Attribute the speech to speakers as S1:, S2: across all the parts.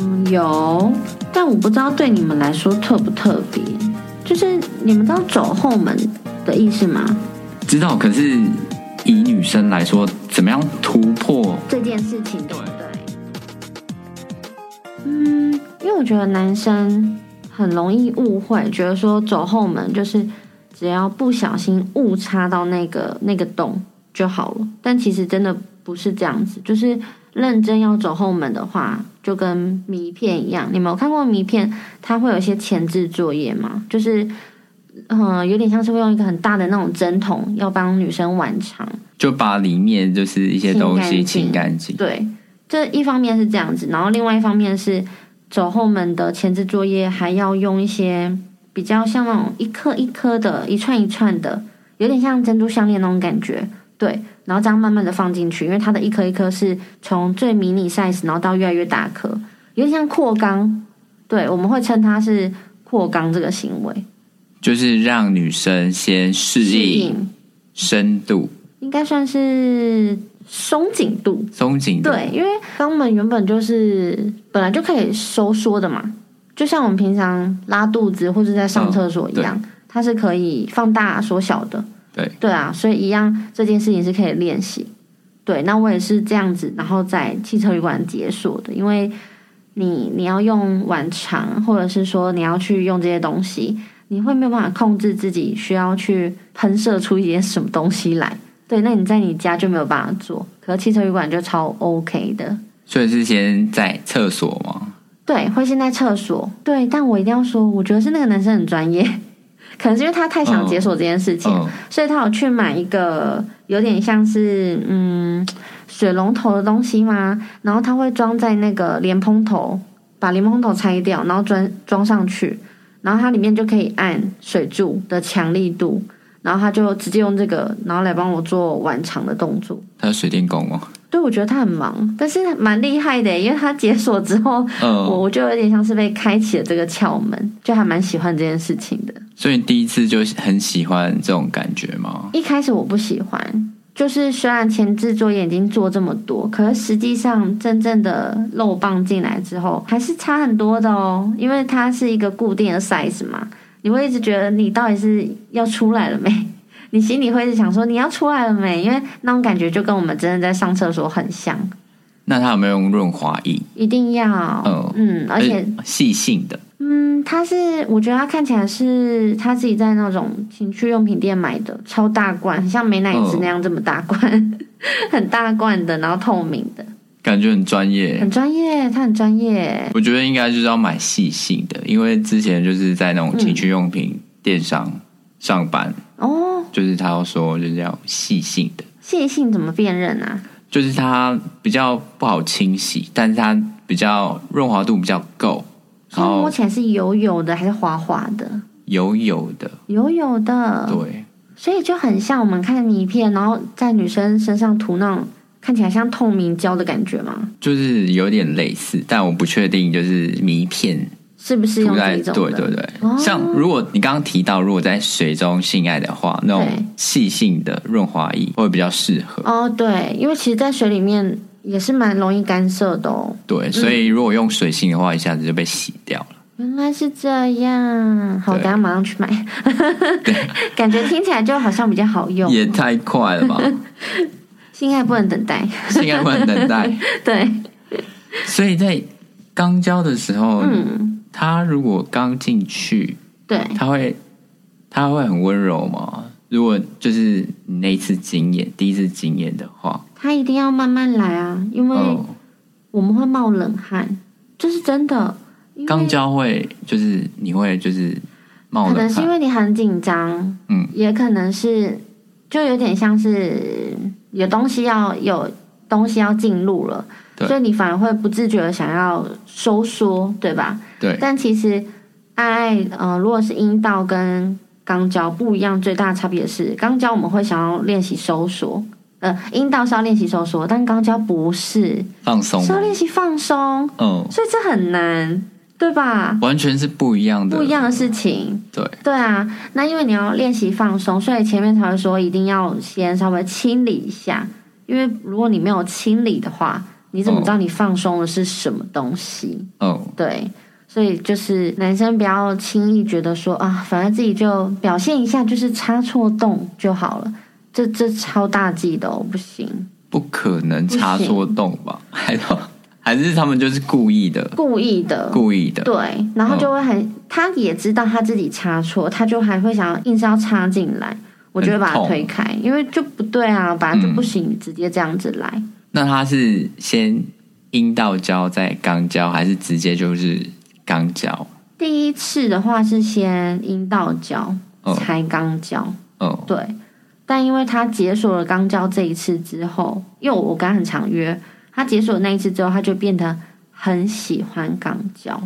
S1: 嗯有，但我不知道对你们来说特不特别。就是你们知道走后门的意思吗？
S2: 知道，可是以女生来说，怎么样突破？
S1: 这件事情对不对？嗯，因为我觉得男生很容易误会，觉得说走后门就是只要不小心误插到那个那个洞就好了，但其实真的不是这样子，就是认真要走后门的话，就跟迷片一样。你们有看过迷片？它会有一些前置作业吗？就是。嗯，有点像是会用一个很大的那种针筒，要帮女生挽肠。
S2: 就把里面就是一些东西
S1: 清
S2: 清
S1: 干
S2: 干净。
S1: 对，这一方面是这样子，然后另外一方面是走后门的前置作业，还要用一些比较像那种一颗一颗的、一串一串的，有点像珍珠项链那种感觉。对，然后这样慢慢的放进去，因为它的一颗一颗是从最迷你 size，然后到越来越大颗，有点像扩缸。对，我们会称它是扩缸这个行为。
S2: 就是让女生先适
S1: 适
S2: 应
S1: 应
S2: 深度、
S1: 应该算是松紧度。
S2: 松紧度。
S1: 对，因为肛门原本就是本来就可以收缩的嘛，就像我们平常拉肚子或者在上厕所一样，它是可以放大缩小的。
S2: 对，
S1: 对啊，所以一样这件事情是可以练习。对，那我也是这样子，然后在汽车旅馆解锁的，因为你你要用晚肠，或者是说你要去用这些东西，你会没有办法控制自己需要去喷射出一些什么东西来。对，那你在你家就没有办法做，可是汽车旅馆就超 OK 的。
S2: 所以是先在厕所嘛，
S1: 对，会先在厕所。对，但我一定要说，我觉得是那个男生很专业， 可能是因为他太想解锁这件事情，
S2: 嗯，
S1: 所以他有去买一个有点像是嗯水龙头的东西嘛，然后他会装在那个莲蓬头，把莲蓬头拆掉，然后装装上去，然后它里面就可以按水柱的强力度，然后他就直接用这个，然后来帮我做晚肠的动作。
S2: 他是水电工吗？
S1: 对，我觉得他很忙，但是蛮厉害的，因为他解锁之后，我
S2: 嗯，
S1: 我就有点像是被开启了这个窍门，就还蛮喜欢这件事情的。
S2: 所以你第一次就很喜欢这种感觉吗？
S1: 一开始我不喜欢，就是虽然前置作业已经做这么多，可是实际上真正的肉棒进来之后，还是差很多的哦，因为它是一个固定的 size 嘛，你会一直觉得你到底是要出来了没？ 你心里会一直想说你要出来了没？因为那种感觉就跟我们真的在上厕所很像，
S2: 那他有没有用润滑液？
S1: 一定要，
S2: 嗯
S1: 嗯，而且
S2: 细性的，
S1: 嗯，它是，我觉得它看起来是他自己在那种情趣用品店买的，超大罐，很像美乃
S2: 嗯
S1: 滋那样这么大罐， 很大罐的，然后透明的，
S2: 感觉很专业。
S1: 很专业，它很专业。
S2: 我觉得应该就是要买细性的，因为之前就是在那种情趣用品电商
S1: 嗯
S2: 上班，
S1: 哦，
S2: 就是他要说就是要细性的，
S1: 线性怎么辨认啊？
S2: 就是它比较不好清洗，但是它比较润滑度比较够，
S1: 是
S2: 然后
S1: 摸起来是油油的还是滑滑的？
S2: 油油的，
S1: 油油的，
S2: 对，
S1: 所以就很像我们看泥片，然后在女生身上涂那种看起来像透明胶的感觉吗？
S2: 就是有点类似，但我不确定就是迷片
S1: 是不是
S2: 涂
S1: 用
S2: 在，
S1: 这种
S2: 对
S1: 的
S2: 对对，
S1: 哦
S2: 像如果你刚刚提到，如果在水中性爱的话，那
S1: 对
S2: 种细性的润滑液会比较适合，
S1: 哦，对，因为其实，在水里面也是蛮容易干涉的哦。
S2: 对，所以如果用水性的话，一下子就被洗掉了。
S1: 原来是这样，好，
S2: 对
S1: 等下马上去买。 感觉听起来就好像比较好 用。
S2: 也太快 了吧！
S1: 性爱不能等待，
S2: 性爱不能等待，
S1: 对，
S2: 所以在刚交的时候，
S1: 嗯，
S2: 他如果刚进去，
S1: 对，
S2: 他会他会很温柔吗？如果就是你那一次经验，第一次经验的话，
S1: 它一定要慢慢来啊，因为
S2: 哦，
S1: 我们会冒冷汗，这是真的。因为
S2: 刚交会就是你会就是冒
S1: 可能
S2: 哦冷
S1: 是因
S2: 汗，
S1: 为你很紧张，
S2: 嗯，
S1: 也可能是就有点像是有东西要有东西要进入了，
S2: 对
S1: 所以你反而会不自觉的想要收缩，对吧？
S2: 对，
S1: 但其实爱呃，如果是阴道跟肛交不一样，最大的差别是肛交我们会想要练习收缩。呃，阴道是要练习收缩，但肛交不是，
S2: 放松
S1: 是，要练习放松，
S2: 嗯，
S1: 所以这很难，对吧？
S2: 完全是不一样的，
S1: 不一样的事情。
S2: 对
S1: 对啊，那因为你要练习放松，所以前面才会说一定要先稍微清理一下，因为如果你没有清理的话，你怎么知道你放松的是什么东西？
S2: 哦，
S1: 对，所以就是男生不要轻易觉得说啊，反正自己就表现一下，就是插错洞就好了。这这超大忌的哦，不行，
S2: 不可能插错洞吧？还是还是他们就是故意的，
S1: 故意的。
S2: 故意的。
S1: 对，然后就会很，他也知道他自己插错，他就还会想要硬是要插进来，我就会把
S2: 很
S1: 他
S2: 痛
S1: 推开，因为就不对啊，本来就
S2: 嗯
S1: 不行，你直接这样子来。
S2: 那他是先阴道交再肛交，还是直接就是肛交？
S1: 第一次的话是先阴道交，
S2: 哦
S1: 才肛交。
S2: 哦
S1: 对，但因为他解锁了肛交这一次之后，因为我跟他很常约，他解锁那一次之后，他就变得很喜欢肛交，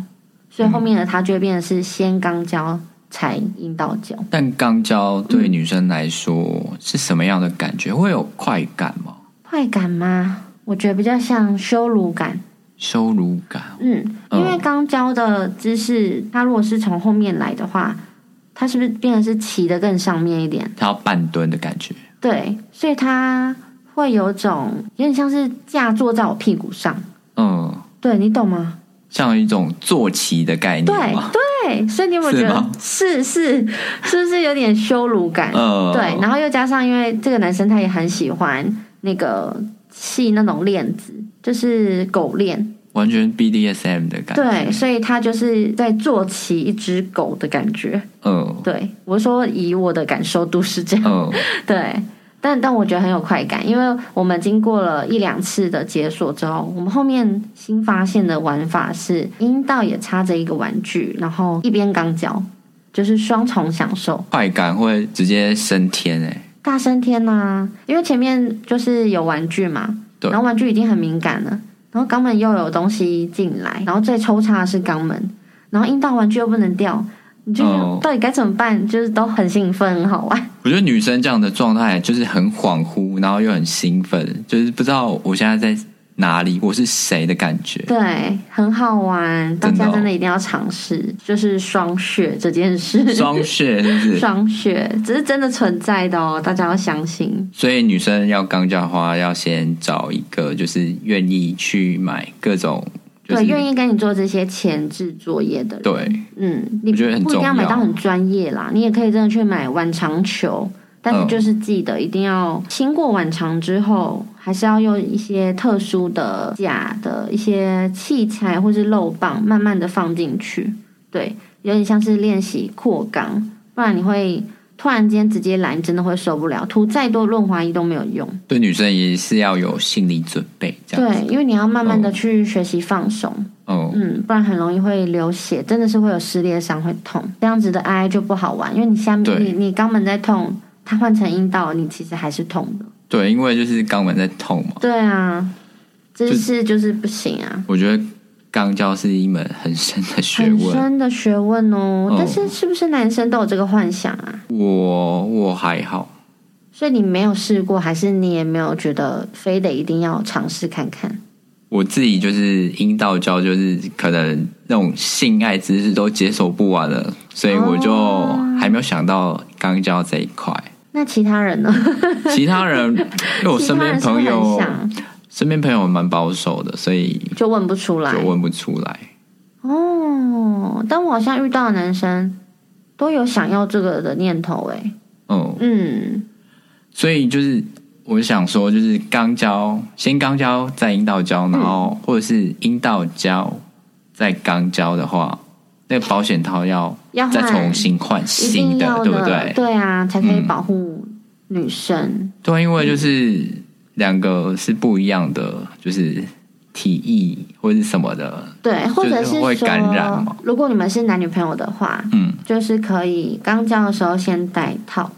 S1: 所以后面的他就会变得是先肛交才阴道交。
S2: 但肛交对女生来说、是什么样的感觉？会有快感吗？
S1: 快感吗？我觉得比较像羞辱感，
S2: 羞辱感？
S1: 嗯，因为
S2: 哦
S1: 肛交的姿势，它如果是从后面来的话，它是不是变得是骑得更上面一点？
S2: 他要半蹲的感觉？
S1: 对，所以它会有种有点像是架坐在我屁股上，
S2: 嗯，
S1: 对你懂吗？
S2: 像一种坐骑的概
S1: 对
S2: 念吗？
S1: 对，所以你有没有觉
S2: 是
S1: 得
S2: 吗
S1: 是是是不是有点羞辱感？
S2: 嗯，
S1: 对，然后又加上因为这个男生他也很喜欢那个系那种链子，就是狗链，
S2: 完全 BDSM 的感觉。
S1: 对，所以他就是在坐骑一只狗的感觉。
S2: 嗯
S1: 对我说，以我的感受度是这样，
S2: 嗯
S1: 对。但但我觉得很有快感，因为我们经过了一两次的解锁之后，我们后面新发现的玩法是阴道也插着一个玩具，然后一边肛交，就是双重享受，
S2: 快感会直接升天哎、
S1: 大升天呐、因为前面就是有玩具嘛，
S2: 对
S1: 然后玩具已经很敏感了，然后肛门又有东西进来，然后最抽插的是肛门，然后阴道玩具又不能掉，你就
S2: 哦
S1: 到底该怎么办？就是都很兴奋，很好玩。
S2: 我觉得女生这样的状态就是很恍惚，然后又很兴奋，就是不知道我现在在哪里，我是谁的感 觉。
S1: 对，很好玩，大
S2: 真的哦
S1: 家真的一定要尝试，就是双血这件事。
S2: 双血是不是？
S1: 双血，只是真的存在的哦，大家要相信。
S2: 所以女生要刚教的话，要先找一个就是愿意去买各种，就
S1: 对，
S2: 是
S1: 愿意跟你做这些前置作业的人，
S2: 对
S1: 嗯，你
S2: 我觉得很
S1: 不一定
S2: 重要
S1: 要买到很专业啦，你也可以真的去买晚长球，但是
S2: 嗯
S1: 就是记得一定要经过晚长之后，还是要用一些特殊的假的一些器材或是漏棒，慢慢的放进去，对，有点像是练习扩肛，不然你会突然间直接来，你真的会受不了，涂再多润滑液都没有用。
S2: 对女生也是要有心理准备，这样
S1: 对，
S2: 子。
S1: 因为你要慢慢的
S2: 嗯
S1: 去学习放松，
S2: 哦，
S1: 嗯，不然很容易会流血，真的是会有撕裂伤，会痛。这样子的爱就不好玩，因为你下面
S2: 对
S1: 你你肛门在痛，它换成阴道，你其实还是痛的。
S2: 对，因为就是肛门在痛嘛，
S1: 对啊，
S2: 就
S1: 姿势就是不行啊，
S2: 我觉得肛交是一门很深的学
S1: 很
S2: 问。
S1: 深的学问哦。
S2: 嗯
S1: 但是是不是男生都有这个幻想啊？
S2: 我我还好，
S1: 所以你没有试过，还是你也没有觉得非得一定要尝试看看？
S2: 我自己就是阴道交，就是可能那种性爱知识都接受不完了，所以我就
S1: 哦
S2: 还没有想到肛交这一块。
S1: 那其他人呢？
S2: 其他人， 因为我
S1: 其
S2: 身
S1: 他
S2: 边
S1: 人是不
S2: 朋
S1: 是很
S2: 友，
S1: 想，
S2: 身边朋友蛮保守的，所以
S1: 就问不出来。
S2: 就问不出来。
S1: 哦，但我好像遇到的男生都有想要这个的念头诶。
S2: 嗯，
S1: 嗯，
S2: 所以就是我想说，就是肛交，先肛交再阴道交，然
S1: 嗯
S2: 后或者是阴道交再肛交的话，那个保险套要
S1: 要换
S2: 再重新换
S1: 一
S2: 新
S1: 定
S2: 的，
S1: 要
S2: 对不对？
S1: 啊，才可以
S2: 嗯
S1: 保护女生。
S2: 对，因为就是两个是不一样的，就是体液或者是什么的，
S1: 对，或者
S2: 就是是会
S1: 说，
S2: 感染嘛
S1: 如果你们是男女朋友的话，
S2: 嗯，
S1: 就是可以刚交的时候先戴套，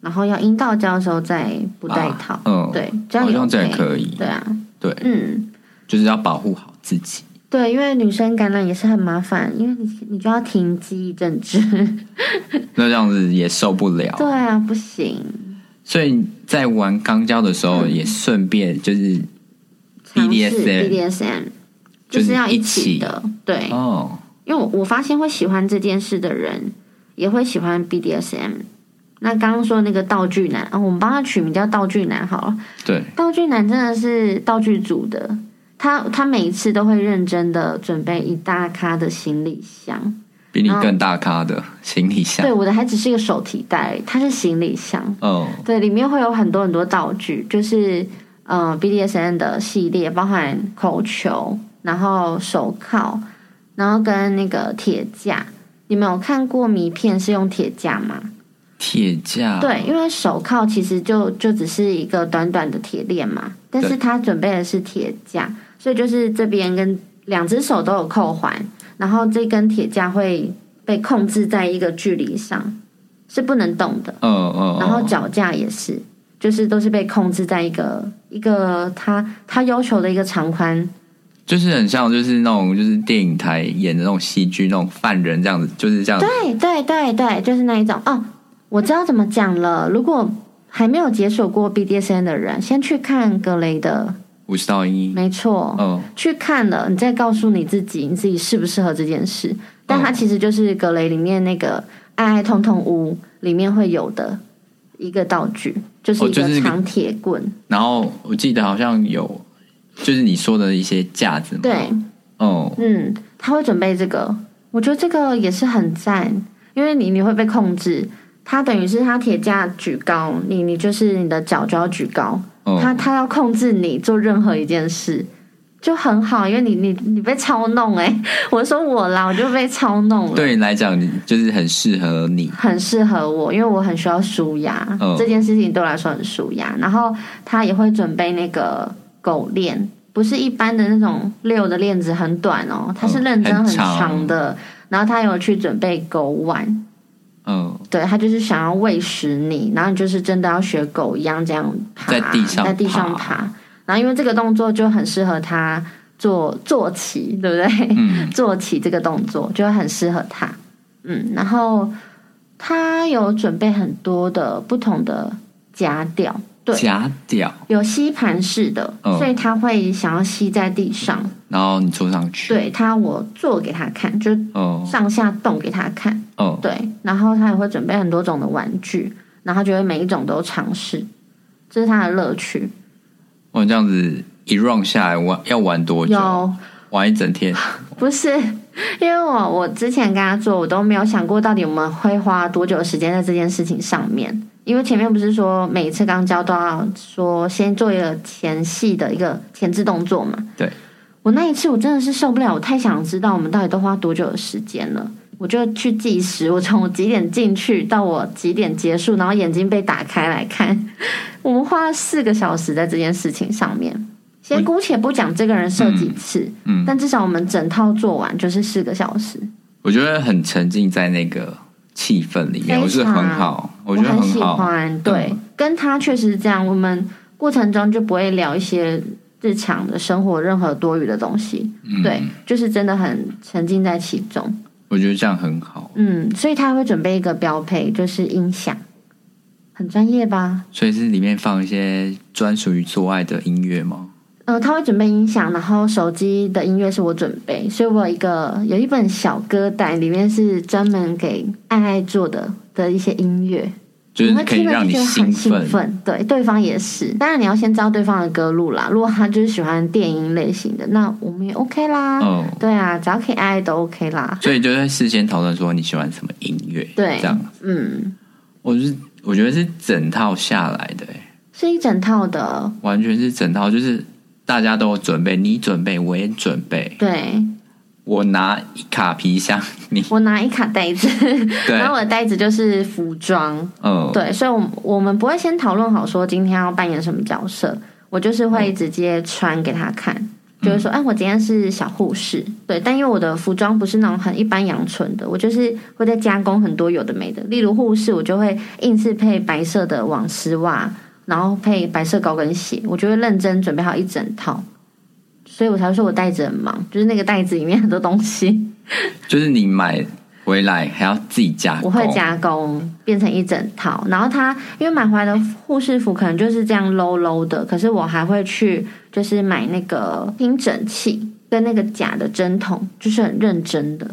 S1: 然后要阴道交的时候再不戴套。
S2: 啊嗯，，
S1: 对，这样
S2: 好
S1: 也
S2: 像这
S1: OK,
S2: 也可以，
S1: 对啊，
S2: 对
S1: 嗯，
S2: 就是要保护好自己。
S1: 对，因为女生感染也是很麻烦，因为你你就要停机一阵子。
S2: 那这样子也受不了，
S1: 对啊，不行。
S2: 所以在玩肛交的时候，
S1: 嗯
S2: 也顺便就是
S1: 尝试
S2: BDSM
S1: BDSM
S2: 就是
S1: 是要
S2: 一
S1: 起
S2: 起
S1: 的，对，
S2: 哦，
S1: 因为我我发现会喜欢这件事的人，也会喜欢 BDSM。那刚刚说的那个道具哦男啊、我们帮他取名叫道具男好了。
S2: 对，
S1: 道具男真的是道具组的，他他每一次都会认真的准备一大咖的行李箱，
S2: 比你更大咖的行李箱
S1: 对，。我的还只是一个手提袋，它是行李箱，
S2: 哦，
S1: 对，里面会有很多很多道具，就是呃 BDSN 的系列，包含口球，然后手铐，然后跟那个铁架。你们有看过迷片是用铁架吗？
S2: 铁架。
S1: 对，因为手铐其实就就只是一个短短的铁链嘛，但是
S2: 对
S1: 他准备的是铁架，所以就是这边跟两只手都有扣环，然后这根铁架会被控制在一个距离上，是不能动的。
S2: 嗯嗯。嗯
S1: 然后脚架也是，就是都是被控制在一个一个他他要求的一个长宽，
S2: 就是很像，就是那种就是电影台演的那种戏剧，那种犯人这样子，就是这样子。
S1: 对对对对，就是那一种哦，我知道怎么讲了。如果还没有解锁过 BDSN 的人，先去看格雷的，
S2: 五十道音。
S1: 没错，
S2: 嗯，
S1: 去看了，你再告诉你自己，你自己适不适合这件事。但它其实就是格雷里面那个《爱爱通通屋》里面会有的一个道具，就是
S2: 哦
S1: 一
S2: 就
S1: 个哦
S2: 是那个
S1: 长铁棍。
S2: 然后我记得好像有，就是你说的一些架子嘛。
S1: 对，
S2: 哦，
S1: 嗯，他会准备这个，我觉得这个也是很赞，因为你你会被控制。他等于是他铁架举高，你你就是你的脚就要举高，他
S2: 哦，
S1: 他要控制你做任何一件事，就很好，因为你你你被操弄哎、 我说我啦，我就被操弄了，
S2: 对你来讲，你就是很适合你。
S1: 很适合我，因为我很需要舒压，
S2: 嗯
S1: 这件事情对我来说很舒压。然后他也会准备那个狗链，不是一般的那种遛的链子，很短哦，它是
S2: 嗯
S1: 认真
S2: 很
S1: 很
S2: 长
S1: 长的。然后他有去准备狗碗，
S2: 嗯，
S1: 对他就是想要喂食你，然后你就是真的要学狗一样这样爬，
S2: 在地上
S1: 在地上爬。
S2: 爬
S1: 然后因为这个动作就很适合他做坐骑，对不对？
S2: 嗯，
S1: 做起这个动作，就会很适合他。嗯，然后他有准备很多的不同的夹吊，对
S2: 假屌，
S1: 有吸盘式的，
S2: 嗯
S1: 所以他会想要吸在地上。
S2: 然后你坐上去。。
S1: 对他，我做给他看，就
S2: 哦
S1: 上下动给他看。
S2: 哦，
S1: 对，然后他也会准备很多种的玩具，然后他就会每一种都尝试，这是他的乐趣。
S2: 我哦这样子一 round 下来，玩要玩多久？啊
S1: 有
S2: 玩一整天。
S1: 不是，因为我我之前跟他做，我都没有想过到底我们会花多久的时间在这件事情上面。因为前面不是说每一次刚教都要说先做一个前戏的一个前置动作嘛？
S2: 对。
S1: 我那一次我真的是受不了，我太想知道我们到底都花多久的时间了，我就去计时，我从我几点进去到我几点结束，然后眼睛被打开来看， 我们花了四个小时在这件事情上面。先姑且不讲这个人射几次，
S2: 嗯，
S1: 但至少我们整套做完就是四个小时，
S2: 我觉得很沉浸在那个气氛里面，
S1: 非
S2: 我觉得
S1: 常
S2: 很好，我
S1: 我
S2: 觉得
S1: 很
S2: 很
S1: 喜
S2: 好。嗯
S1: 欢。对，跟他确实是这样，我们过程中就不会聊一些日常的生活任何多余的东西，
S2: 嗯，
S1: 对，就是真的很沉浸在其中。
S2: 我觉得这样很好，
S1: 嗯，所以他会准备一个标配，就是音响，很专业吧？
S2: 所以是里面放一些专属于做爱的音乐吗？
S1: 呃，他会准备音响，然后手机的音乐是我准备，所以我有一个有一本小歌单，里面是专门给爱爱做的的一些音乐。
S2: 就是
S1: 你会
S2: 可以
S1: 听了
S2: 让
S1: 就
S2: 你
S1: 觉得
S2: 兴
S1: 很兴
S2: 奋，
S1: 奋，对，对方也是。当然你要先知道对方的歌路啦，如果他就是喜欢电音类型的，那我们也 OK 啦。
S2: 嗯，
S1: 对啊，只要可以爱爱都 OK 啦。
S2: 所以就会事先讨论说你喜欢什么音乐，
S1: 对
S2: 这样，
S1: 嗯，
S2: 我是我觉得是整套下来的、欸
S1: 是一整套的，
S2: 完全是整套，就是大家都有准备，你准备，我也准备，
S1: 对
S2: 我拿一卡皮箱， 你
S1: 我拿一卡袋子，
S2: 对
S1: 然，后我的袋子就是服装，
S2: 嗯，
S1: 对，所以我们我们不会先讨论好说今天要扮演什么角色，我就是会直接穿给他看。就是说，哎、我今天是小护士，对，但因为我的服装不是那种很一般洋纯的，我就是会在加工很多有的没的，例如护士，我就会硬是配白色的网丝袜，然后配白色高跟鞋，我就会认真准备好一整套，所以我才会说我袋子很忙，就是那个袋子里面很多东西，
S2: 就是你买回来还要自己加工，
S1: 我会加工变成一整套，然后它因为买回来的护士服可能就是这样 low low 的，可是我还会去就是买那个听诊器跟那个假的针筒，就是很认真的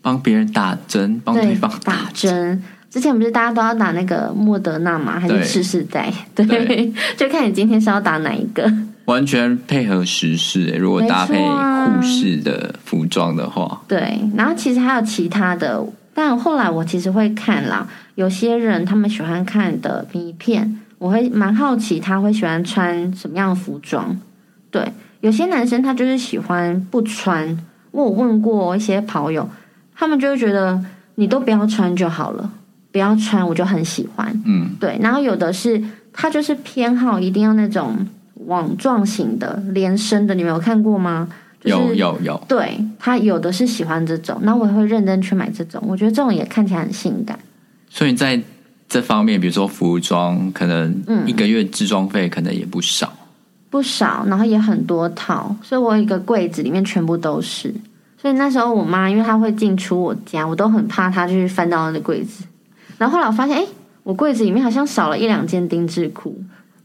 S2: 帮别人打针，帮对方
S1: 打针。之前不是大家都要打那个莫德纳嘛，还是
S2: 对
S1: 次世代？对，就看你今天是要打哪一个。
S2: 完全配合时事、欸。如果搭配
S1: 没错啊
S2: 护士的服装的话，
S1: 对，然后其实还有其他的，但后来我其实会看啦。有些人他们喜欢看的迷片，我会蛮好奇他会喜欢穿什么样的服装。对，有些男生他就是喜欢不穿。我有问过一些跑友，他们就会觉得你都不要穿就好了，不要穿我就很喜欢。
S2: 嗯，
S1: 对，然后有的是他就是偏好一定要那种网状型的连身的，你们有看过吗？就是、
S2: 有有有，
S1: 对他有的是喜欢这种，那我也会认真去买这种。我觉得这种也看起来很性感，
S2: 所以在这方面，比如说服装，可能
S1: 嗯
S2: 一个月制装费可能也不少。
S1: 不少，然后也很多套，所以我有一个柜子里面全部都是。所以那时候我妈，因为她会进出我家，我都很怕她去翻到那个柜子。然后后来我发现，哎，我柜子里面好像少了一两件丁字裤，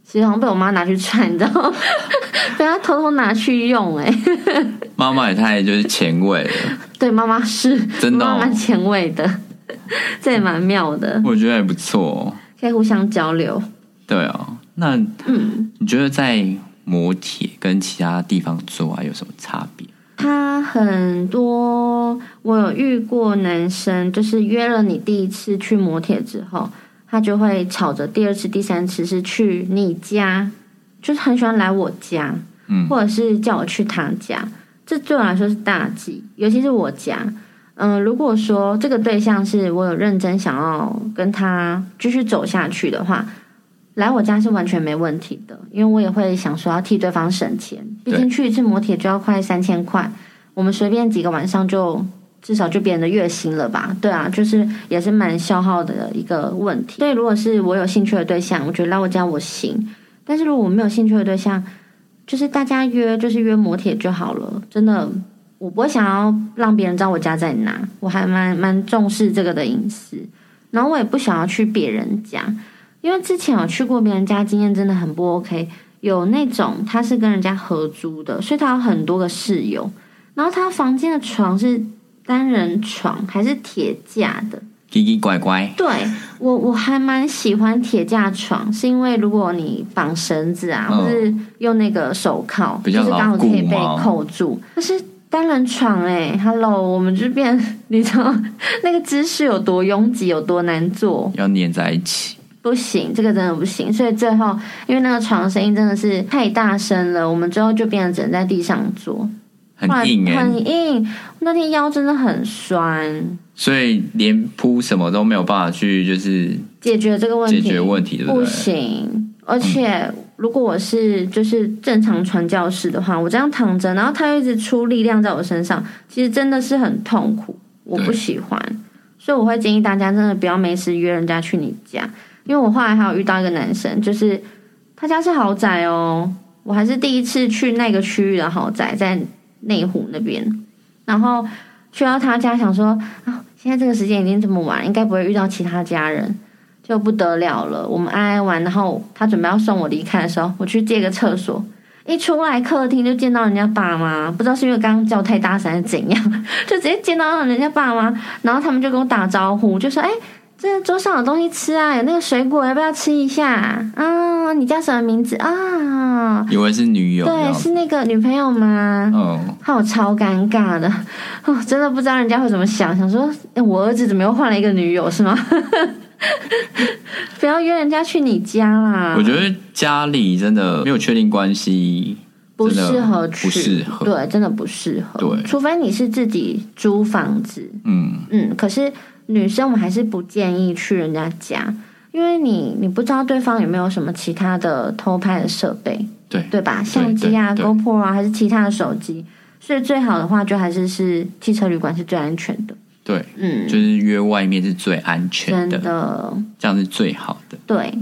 S1: 其实好像被我妈拿去穿，你知道吗？ 被她偷偷拿去用、诶哎，
S2: 妈妈也太就是前卫 了，
S1: 对，妈妈是
S2: 真的
S1: 妈
S2: 哦
S1: 妈蛮前卫的，这也蛮妙的，
S2: 我觉得还不错、哦。
S1: 可以互相交流。
S2: 对啊，那
S1: 嗯
S2: 你觉得在磨铁跟其他地方做啊有什么差别？
S1: 他很多，我有遇过男生，就是约了你第一次去磨铁之后，他就会吵着第二次、第三次是去你家，就是很喜欢来我家，
S2: 嗯
S1: 或者是叫我去他家，这对我来说是大忌，尤其是我家。嗯、如果说这个对象是我有认真想要跟他继续走下去的话，来我家是完全没问题的，因为我也会想说要替对方省钱，毕竟去一次磨铁就要快三千块，我们随便几个晚上就至少就别人的月薪了吧？对啊，就是也是蛮消耗的一个问题。所以如果是我有兴趣的对象，我觉得来我家我行，但是如果我没有兴趣的对象，就是大家约就是约磨铁就好了，真的。我不会想要让别人知道我家在哪，我还蛮蛮重视这个的隐私，然后我也不想要去别人家，因为之前有去过别人家，经验真的很不 OK。有那种他是跟人家合租的，所以他有很多个室友，然后他房间的床是单人床还是铁架的？
S2: 奇奇怪怪，
S1: 对我我还蛮喜欢铁架床，是因为如果你绑绳子啊，
S2: 嗯
S1: 或是用那个手铐，
S2: 比
S1: 就
S2: 较
S1: 是刚好
S2: 牢
S1: 可
S2: 固
S1: 以被
S2: 嘛
S1: 扣住。但是单人床哎、h e l l o 我们这边 你知道那个姿势有多拥挤，有多难做。
S2: 要粘在一起。
S1: 不行，这个真的不行。所以最后，因为那个床声音真的是太大声了，我们最后就变成只能在地上坐，
S2: 很硬哎、
S1: 很硬。那天腰真的很酸，
S2: 所以连铺什么都没有办法去，就是
S1: 解决这个问题
S2: 解决问题，对
S1: 不
S2: 对？
S1: 行。而且如果我是就是正常传教士的话，我这样躺着，然后他又一直出力量在我身上，其实真的是很痛苦，我不
S2: 对
S1: 喜欢。所以我会建议大家真的不要没事约人家去你家，因为我后来还有遇到一个男生，就是他家是豪宅哦，我还是第一次去那个区域的豪宅，在内湖那边，然后去到他家想说啊，现在这个时间已经这么晚，应该不会遇到其他家人，就不得了了。我们安安完，然后他准备要送我离开的时候，我去借个厕所。一出来客厅就见到人家爸妈，不知道是因为刚刚叫太大声还是怎样， 就直接见到人家爸妈，然后他们就跟我打招呼，就说：“哎、这桌上有东西吃啊，有那个水果，要不要吃一下？啊，你叫什么名字啊？
S2: 以为是女友这
S1: 对，
S2: 样子，
S1: 是那个女朋友吗？
S2: 嗯，
S1: 害我超尴尬的，哦，真的不知道人家会怎么想，想说，哎，我儿子怎么又换了一个女友是吗？ 不要约人家去你家啦，
S2: 我觉得家里真的没有确定关系，
S1: 不
S2: 真的
S1: 适合去，
S2: 不适合
S1: 对，真的不适合，
S2: 对
S1: 除非你是自己租房子，
S2: 嗯，
S1: 嗯，可是女生我们还是不建议去人家家，因为你你不知道对方有没有什么其他的偷拍的设备，
S2: 对
S1: 对吧？相机啊、
S2: 对
S1: GoPro 啊，还是其他的手机，所以最好的话就还是是汽车旅馆是最安全的。
S2: 对，
S1: 嗯，
S2: 就是约外面是最安全
S1: 真
S2: 的，
S1: 的
S2: 这样是最好 的。
S1: 对。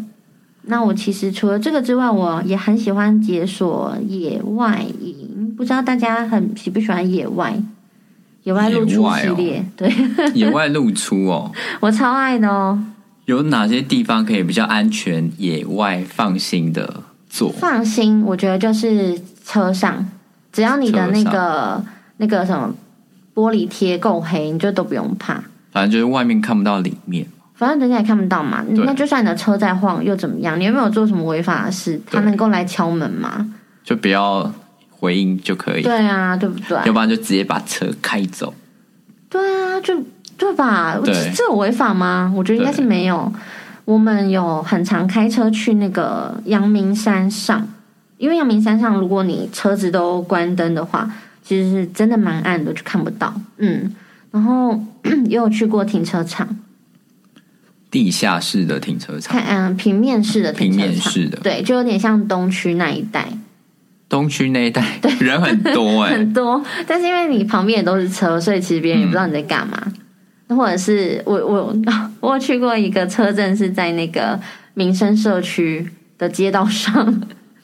S1: 那我其实除了这个之外，我也很喜欢解锁野外营，不知道大家很喜不喜欢野外？野外露
S2: 野
S1: 出
S2: 外
S1: 系
S2: 哦
S1: 列，对
S2: 野外露出哦，
S1: 我超爱的哦。
S2: 有哪些地方可以比较安全、野外放心的做？
S1: 放心，我觉得就是车上，只要你的那个那个什么玻璃贴够黑，你就都不用怕。
S2: 反正就是外面看不到里面，
S1: 反正人家也看不到嘛，
S2: 对
S1: 那就算你的车在晃又怎么样？你有没有做什么违法的事？他
S2: 对
S1: 能够来敲门吗？
S2: 就不要回应就可以，
S1: 对啊，对不对？
S2: 要不然就直接把车开走。
S1: 对啊，就对吧？
S2: 对
S1: 这这有违法吗？我觉得应该是
S2: 对
S1: 没有。我们有很常开车去那个阳明山上，因为阳明山上如果你车子都关灯的话，其实是真的蛮暗的，就看不到。嗯，然后 也有去过停车场，
S2: 地下室的停车场，
S1: 看嗯平面式的停
S2: 平
S1: 车场，
S2: 面式的
S1: 对，就有点像东区那一带，
S2: 东区那一 带人很多哎、
S1: 很多，但是因为你旁边也都是车，所以其实别人也不知道你在干嘛。
S2: 嗯
S1: 或者是我我 我有去过一个车站是在那个民生社区的街道上，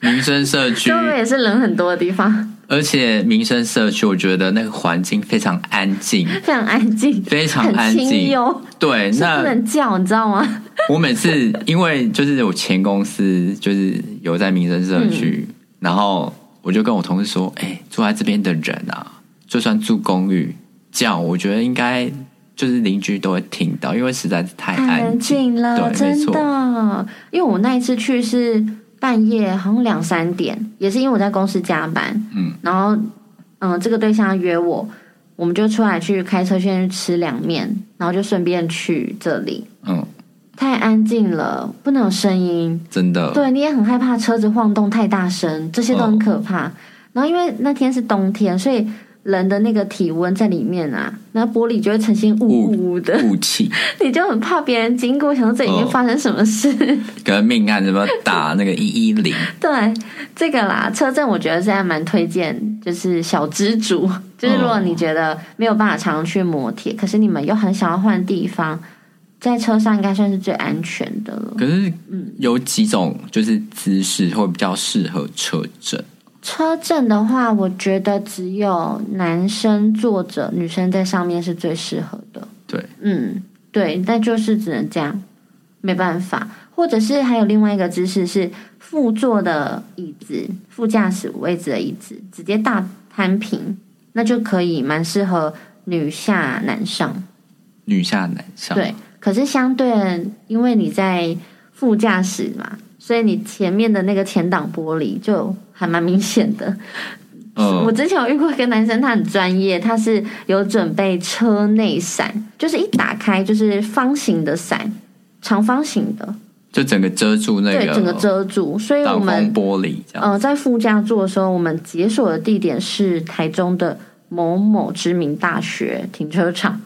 S2: 民生社区
S1: 就，也是人很多的地方，
S2: 而且民生社区，我觉得那个环境非常安 静，
S1: 非常安静，
S2: 非常
S1: 很
S2: 安
S1: 清
S2: 静。
S1: 幽，
S2: 对，
S1: 是不
S2: 那
S1: 能叫，你知道吗？
S2: 我每次因为就是我前公司就是有在民生社区，
S1: 嗯
S2: 然后我就跟我同事说，哎、住在这边的人啊，就算住公寓，叫我觉得应该就是邻居都会听到，因为实在是太安
S1: 安
S2: 静。
S1: 静嗯了，
S2: 对没
S1: 真
S2: 错
S1: 的。因为我那一次去是半夜，好像两三点，也是因为我在公司加班，
S2: 嗯，
S1: 然后，嗯，这个对象约我，我们就出来去开车先去吃凉面，然后就顺便去这里。
S2: 嗯，
S1: 太安静了，不能有声音。
S2: 真的。
S1: 对，你也很害怕车子晃动太大声，这些都很可怕。
S2: 嗯
S1: 然后因为那天是冬天，所以人的那个体温在里面啊，那玻璃就会呈现雾雾的，
S2: 雾气，
S1: 你就很怕别人经过，想说这里面
S2: 哦
S1: 发生什么事。
S2: 跟命案什么打那个一一零，
S1: 对这个啦，车震我觉得现在蛮推荐，就是小知足，就是如果你觉得没有办法常去摩铁，可是你们又很想要换地方，在车上应该算是最安全的了。
S2: 可是
S1: 嗯
S2: 有几种就是姿势会比较适合车震，
S1: 车震的话，我觉得只有男生坐着，女生在上面是最适合的。
S2: 对，
S1: 嗯，对，那就是只能这样，没办法。或者是还有另外一个姿势是副座的椅子，副驾驶位置的椅子直接大摊平，那就可以蛮适合女下男上。
S2: 女下男上。
S1: 对，可是相对的因为你在副驾驶嘛，所以你前面的那个前挡玻璃就还蛮明显的。
S2: 嗯，
S1: 我之前有遇过一个男生，他很专业，他是有准备车内伞，就是一打开就是方形的伞，长方形的，
S2: 就整个遮住那
S1: 对，
S2: 个
S1: 整个遮住。所以我
S2: 挡
S1: 们
S2: 风玻璃这样。
S1: 呃在副驾座的时候，我们解锁的地点是台中的某某知名大学停车场，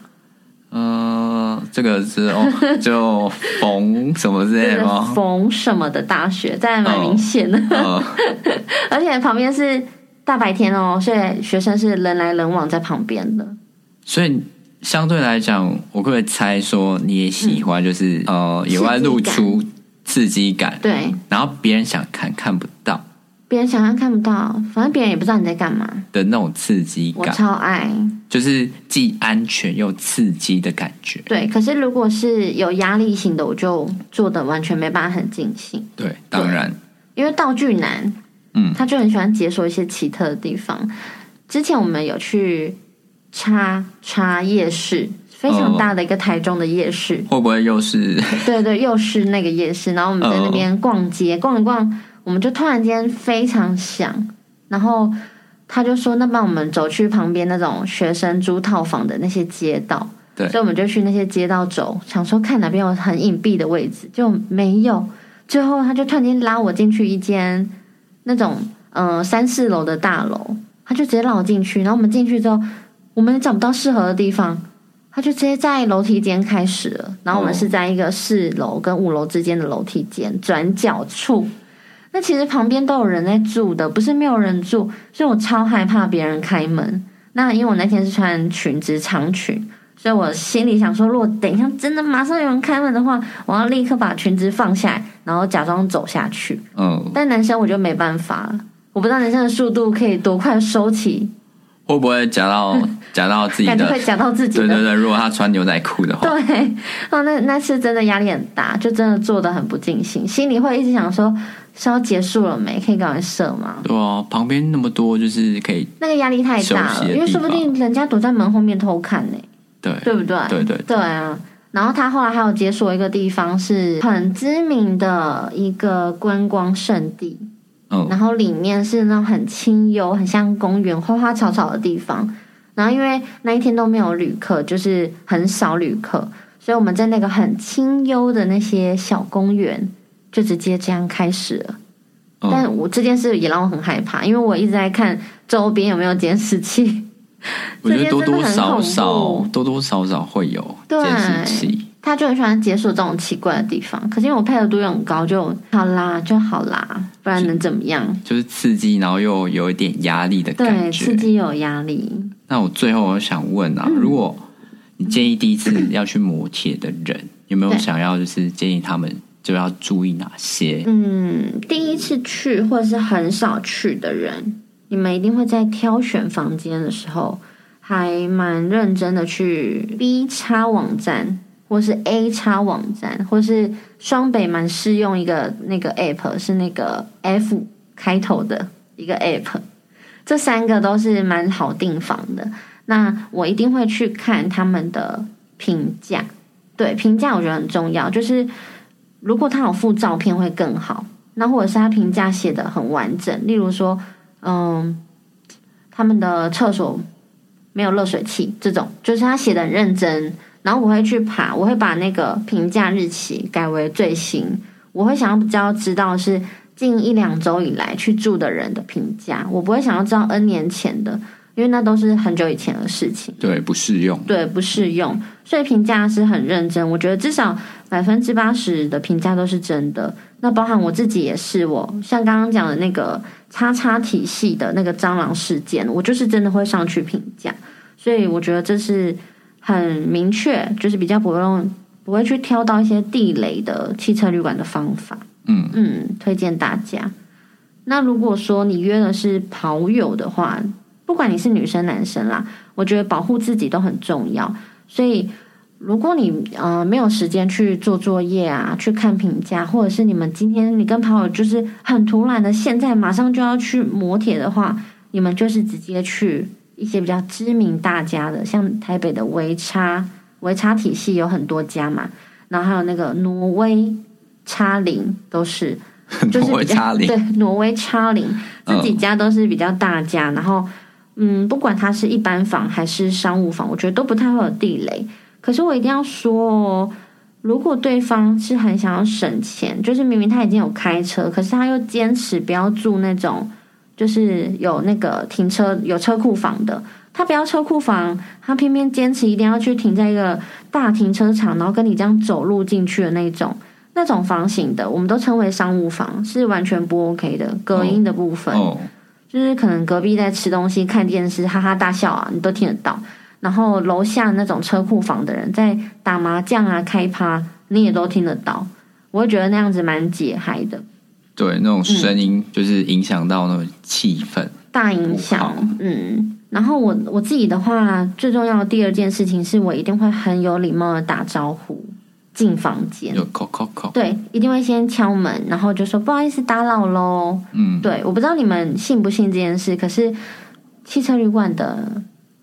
S2: 嗯、这个是 哦，就缝什么之
S1: 就
S2: 类
S1: 是
S2: 的吗？
S1: 冯什么的大学，这还蛮明显的，
S2: 呃，
S1: 而且旁边是大白天哦，所以学生是人来人往在旁边的。
S2: 所以相对来讲，我会不会猜说你也喜欢就是、
S1: 嗯
S2: 呃野外露出刺激感，
S1: 对，
S2: 然后别人想看看不到
S1: 别人想象看不到，反正别人也不知道你在干嘛。
S2: 的那种刺激
S1: 我
S2: 感，
S1: 超爱，
S2: 就是既安全又刺激的感觉。
S1: 对。可是如果是有压力型的，我就做的完全没办法很尽兴，
S2: 对，当然，
S1: 因为道具男，
S2: 嗯，
S1: 他就很喜欢解锁一些奇特的地方。之前我们有去叉叉夜市，非
S2: 哦
S1: 常大的一个台中的夜市，
S2: 会不会又是
S1: 对对，又是那个夜市。然后我们在那边逛街，逛一逛，我们就突然间非常想，然后他就说：“那帮我们走去旁边那种学生租套房的那些街道。”
S2: 对
S1: 所以我们就去那些街道走，想说看哪边有很隐蔽的位置，就没有。最后他就突然间拉我进去一间那种嗯、呃三四楼的大楼，他就直接拉我进去，然后我们进去之后，我们也找不到适合的地方，他就直接在楼梯间开始了，然后我们
S2: 哦
S1: 是在一个四楼跟五楼之间的楼梯间转角处。那其实旁边都有人在住的，不是没有人住，所以我超害怕别人开门。那因为我那天是穿裙子长裙，所以我心里想说，如果等一下真的马上有人开门的话，我要立刻把裙子放下来，然后假装走下去。
S2: 嗯，
S1: 但男生我就没办法了，我不知道男生的速度可以多快收起，
S2: 会不会夹 到夹到自己
S1: 感觉
S2: 的？
S1: 会夹到自己
S2: 对对
S1: 的。
S2: 对，如果他穿牛仔裤的话，
S1: 对，哦，那那次真的压力很大，就真的做的很不尽兴，心里会一直想说是要结束了没？可以赶快射吗？
S2: 对啊，旁边那么多就是可以
S1: 那个压力太大
S2: 休息的
S1: 了，
S2: 地
S1: 因为说不定人家躲在门后面偷看呢、
S2: 对
S1: 对不对？
S2: 对对，
S1: 对啊。然后他后来还有解锁一个地方，是很知名的一个观光胜地，
S2: 嗯
S1: 然后里面是那种很清幽、很像公园、花花草草的地方。然后因为那一天都没有旅客，就是很少旅客，所以我们在那个很清幽的那些小公园，就直接这样开始了。
S2: 嗯，
S1: 但我这件事也让我很害怕，因为我一直在看周边有没有监视 器。
S2: 我觉得多
S1: 这
S2: 多少
S1: 边真的很恐
S2: 少
S1: 怖
S2: 多多少少会有
S1: 对
S2: 监视器，
S1: 他就很喜欢解锁这种奇怪的地方，可是因为我配合度又很高，就好啦就好啦，不然能怎么样？
S2: 就是刺激，然后又有一点压力的
S1: 对，
S2: 感
S1: 刺
S2: 觉。
S1: 激嗯又有压力。
S2: 那我最后我想问啊，如果你建议第一次要去摩铁的人，有没有
S1: 对
S2: 想要就是建议他们就要注意哪些？
S1: 嗯，第一次去或是很少去的人，你们一定会在挑选房间的时候，还蛮认真的去 B 叉网站，或是 A 叉网站，或是双北蛮适用一个那个 app 是那个 F 开头的一个 app，这三个都是蛮好订房的。那我一定会去看他们的评价，对评价我觉得很重要，就是如果他有附照片会更好。那或者是他评价写的很完整，例如说，嗯，他们的厕所没有热水器这种，就是他写的很认真。然后我会去爬，我会把那个评价日期改为最新。我会想要比较知道是近一两周以来去住的人的评价，我不会想要知道 N 年前的，因为那都是很久以前的事情。
S2: 对，不适用。
S1: 对，不适用。所以评价是很认真，我觉得至少百分之八十的评价都是真的。那包含我自己也是我，像刚刚讲的那个叉叉体系的那个蟑螂事件，我就是真的会上去评价。所以我觉得这是很明确，就是比较不用不会去挑到一些地雷的汽车旅馆的方法。
S2: 嗯
S1: 嗯，推荐大家。那如果说你约的是跑友的话，不管你是女生男生啦，我觉得保护自己都很重要。所以，如果你呃没有时间去做作业啊，去看评价，或者是你们今天你跟跑友就是很突然的，现在马上就要去磨铁的话，你们就是直接去一些比较知名大家的，像台北的维差，维差体系有很多家嘛，然后还有那个挪威叉零都是，就是
S2: 我会
S1: 比较
S2: 插零
S1: 对，挪威叉零
S2: 嗯
S1: 这几家都是比较大家，然后嗯，不管它是一般房还是商务房，我觉得都不太会有地雷。可是我一定要说哦，如果对方是很想要省钱，就是明明他已经有开车，可是他又坚持不要住那种就是有那个停车有车库房的。他不要车库房，他偏偏坚持一定要去停在一个大停车场，然后跟你这样走路进去的那种，那种房型的，我们都称为商务房，是完全不 OK 的，隔音的部分。
S2: 哦，
S1: 就是可能隔壁在吃东西、看电视，哈哈大笑啊，你都听得到。然后楼下那种车库房的人在打麻将啊、开趴，你也都听得到。我会觉得那样子蛮解嗨的，
S2: 对，那种声音
S1: 嗯
S2: 就是影响到那种气氛。
S1: 大影响
S2: 好。
S1: 嗯，然后我我自己的话，最重要的第二件事情是我一定会很有礼貌的打招呼进房间，
S2: 有扣扣扣，
S1: 对，一定会先敲门，然后就说不好意思打扰喽。
S2: 嗯，
S1: 对，我不知道你们信不信这件事，可是汽车旅馆的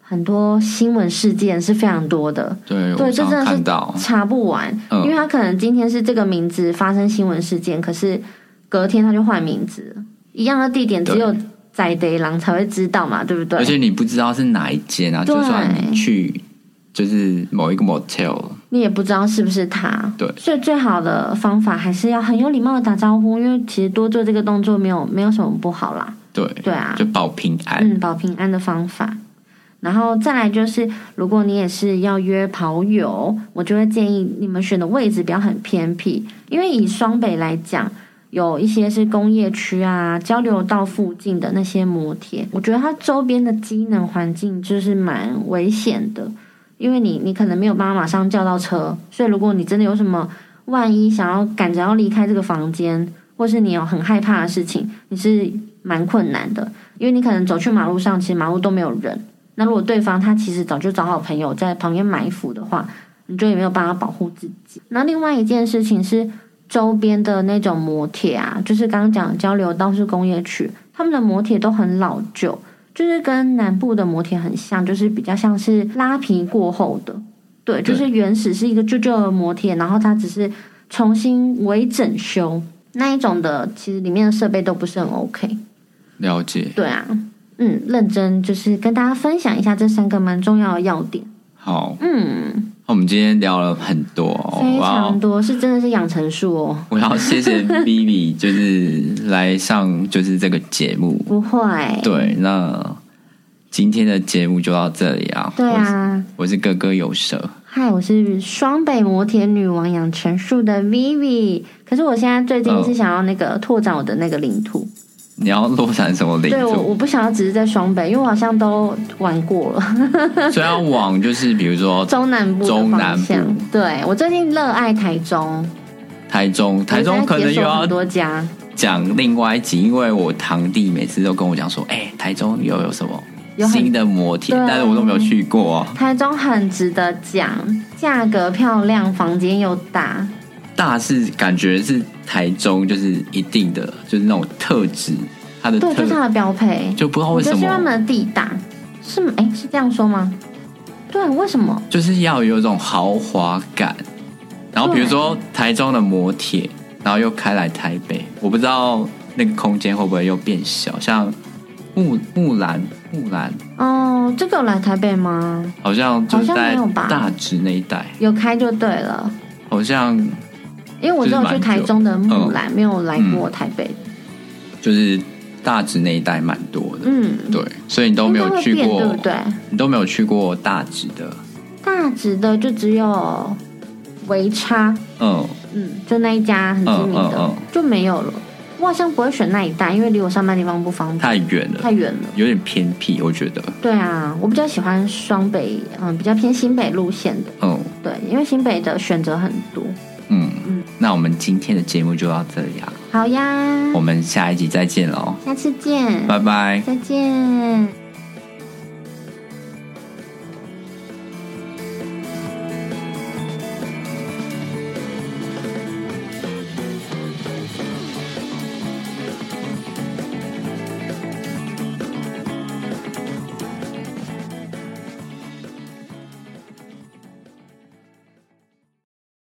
S1: 很多新闻事件是非常多的，
S2: 对，
S1: 对
S2: 我
S1: 这真
S2: 常
S1: 的
S2: 常
S1: 是
S2: 看到，
S1: 查不完，因为
S2: 哦嗯，
S1: 他可能今天是这个名字发生新闻事件，可是隔天他就换名字了，一样的地点只有在地狼才会知道嘛，对不
S2: 而
S1: 对？
S2: 且你不知道是哪一间啊，
S1: 对
S2: 就算你去就是某一个 motel，
S1: 你也不知道是不是他，
S2: 对
S1: 所以最好的方法还是要很有礼貌的打招呼，因为其实多做这个动作没有没有什么不好啦，
S2: 对，
S1: 对啊，
S2: 就保平安，
S1: 嗯，保平安的方法。然后再来就是，如果你也是要约跑友，我就会建议你们选的位置不要很偏僻，因为以双北来讲，有一些是工业区啊、交流道附近的那些摩铁，我觉得它周边的机能环境就是蛮危险的，因为你你可能没有办法马上叫到车，所以如果你真的有什么万一想要赶着要离开这个房间，或是你有很害怕的事情，你是蛮困难的。因为你可能走去马路上，其实马路都没有人。那如果对方他其实早就找好朋友在旁边埋伏的话，你就也没有办法保护自己。那另外一件事情是，周边的那种摩铁啊，就是刚刚讲的交流道是工业区，他们的摩铁都很老旧，就是跟南部的摩铁很像，就是比较像是拉皮过后的。对，
S2: 对
S1: 就是原始是一个旧旧的摩铁，然后它只是重新微整修，那一种的，其实里面的设备都不是很 OK。
S2: 了解，
S1: 对啊，嗯，认真就是跟大家分享一下这三个蛮重要的要点。
S2: 好，
S1: 嗯，
S2: 那我们今天聊了很多、哦，
S1: 非
S2: 我
S1: 常
S2: 要
S1: 多，是真的是养成术哦。
S2: 我要谢 谢 Vivi，就是来上就是这个节目。
S1: 不会，
S2: 哦对，那今天的节目就到这里啊。
S1: 对
S2: 我是，
S1: 啊，
S2: 我是哥哥有舌，
S1: 嗨，我是双北摩铁女王养成术的 Vivi。可是我现在最近
S2: 嗯
S1: 是想要那个拓展我的那个领土，
S2: 你要落闪什么领
S1: 对我
S2: 主？
S1: 我不想要只是在双北，因为我好像都玩过了
S2: 所以要往就是比如说
S1: 中南部的
S2: 中
S1: 方
S2: 南部
S1: 向。对我最近热爱台中，
S2: 台中，台中可
S1: 我
S2: 能
S1: 一直在解
S2: 又
S1: 锁
S2: 要
S1: 很多家，
S2: 讲另外一集，因为我堂弟每次都跟我讲说，哎、台中又有什么
S1: 有很
S2: 新的摩天，
S1: 对
S2: 但是我都没有去过、啊。
S1: 台中很值得讲，价格漂亮，房间又大，
S2: 大是感觉是台中就是一定的，就是那种特质，它的
S1: 对，
S2: 特
S1: 就是它的标配。
S2: 就不知道
S1: 我
S2: 为
S1: 觉
S2: 什
S1: 得是他
S2: 么，
S1: 们的地大，是哎、是这样说吗？对，为什么？
S2: 就是要有一种豪华感。然后比如说台中的摩铁，然后又开来台北，我不知道那个空间会不会又变小，像木木兰木兰
S1: 哦，这个有来台北吗？
S2: 好像就是
S1: 好像没
S2: 在
S1: 有吧
S2: 大直那一带，
S1: 有开就对了，
S2: 好像
S1: 因为我只有去台中的木兰，没有来过台北。
S2: 就是大直那一带蛮多的。
S1: 嗯，
S2: 对，所以你都没
S1: 应该
S2: 有
S1: 会
S2: 去
S1: 变对
S2: 过
S1: 不，对？
S2: 你都没有去过大直的，
S1: 大直的就只有维差，
S2: 嗯，
S1: 嗯，就那一家很知名的、
S2: 嗯嗯嗯
S1: 就没有了。我好像不会选那一带，因为离我上班地方不方便，
S2: 太远了
S1: 太，远了。
S2: 有点偏僻，我觉得，
S1: 对啊，我比较喜欢双北，嗯，比较偏新北路线的，
S2: 嗯
S1: 对，因为新北的选择很多。
S2: 嗯
S1: 嗯
S2: 那我们今天的节目就到这里啊，
S1: 好呀
S2: 我，们下一集再见喽，
S1: 下次见，
S2: 哦拜拜。
S1: 再见。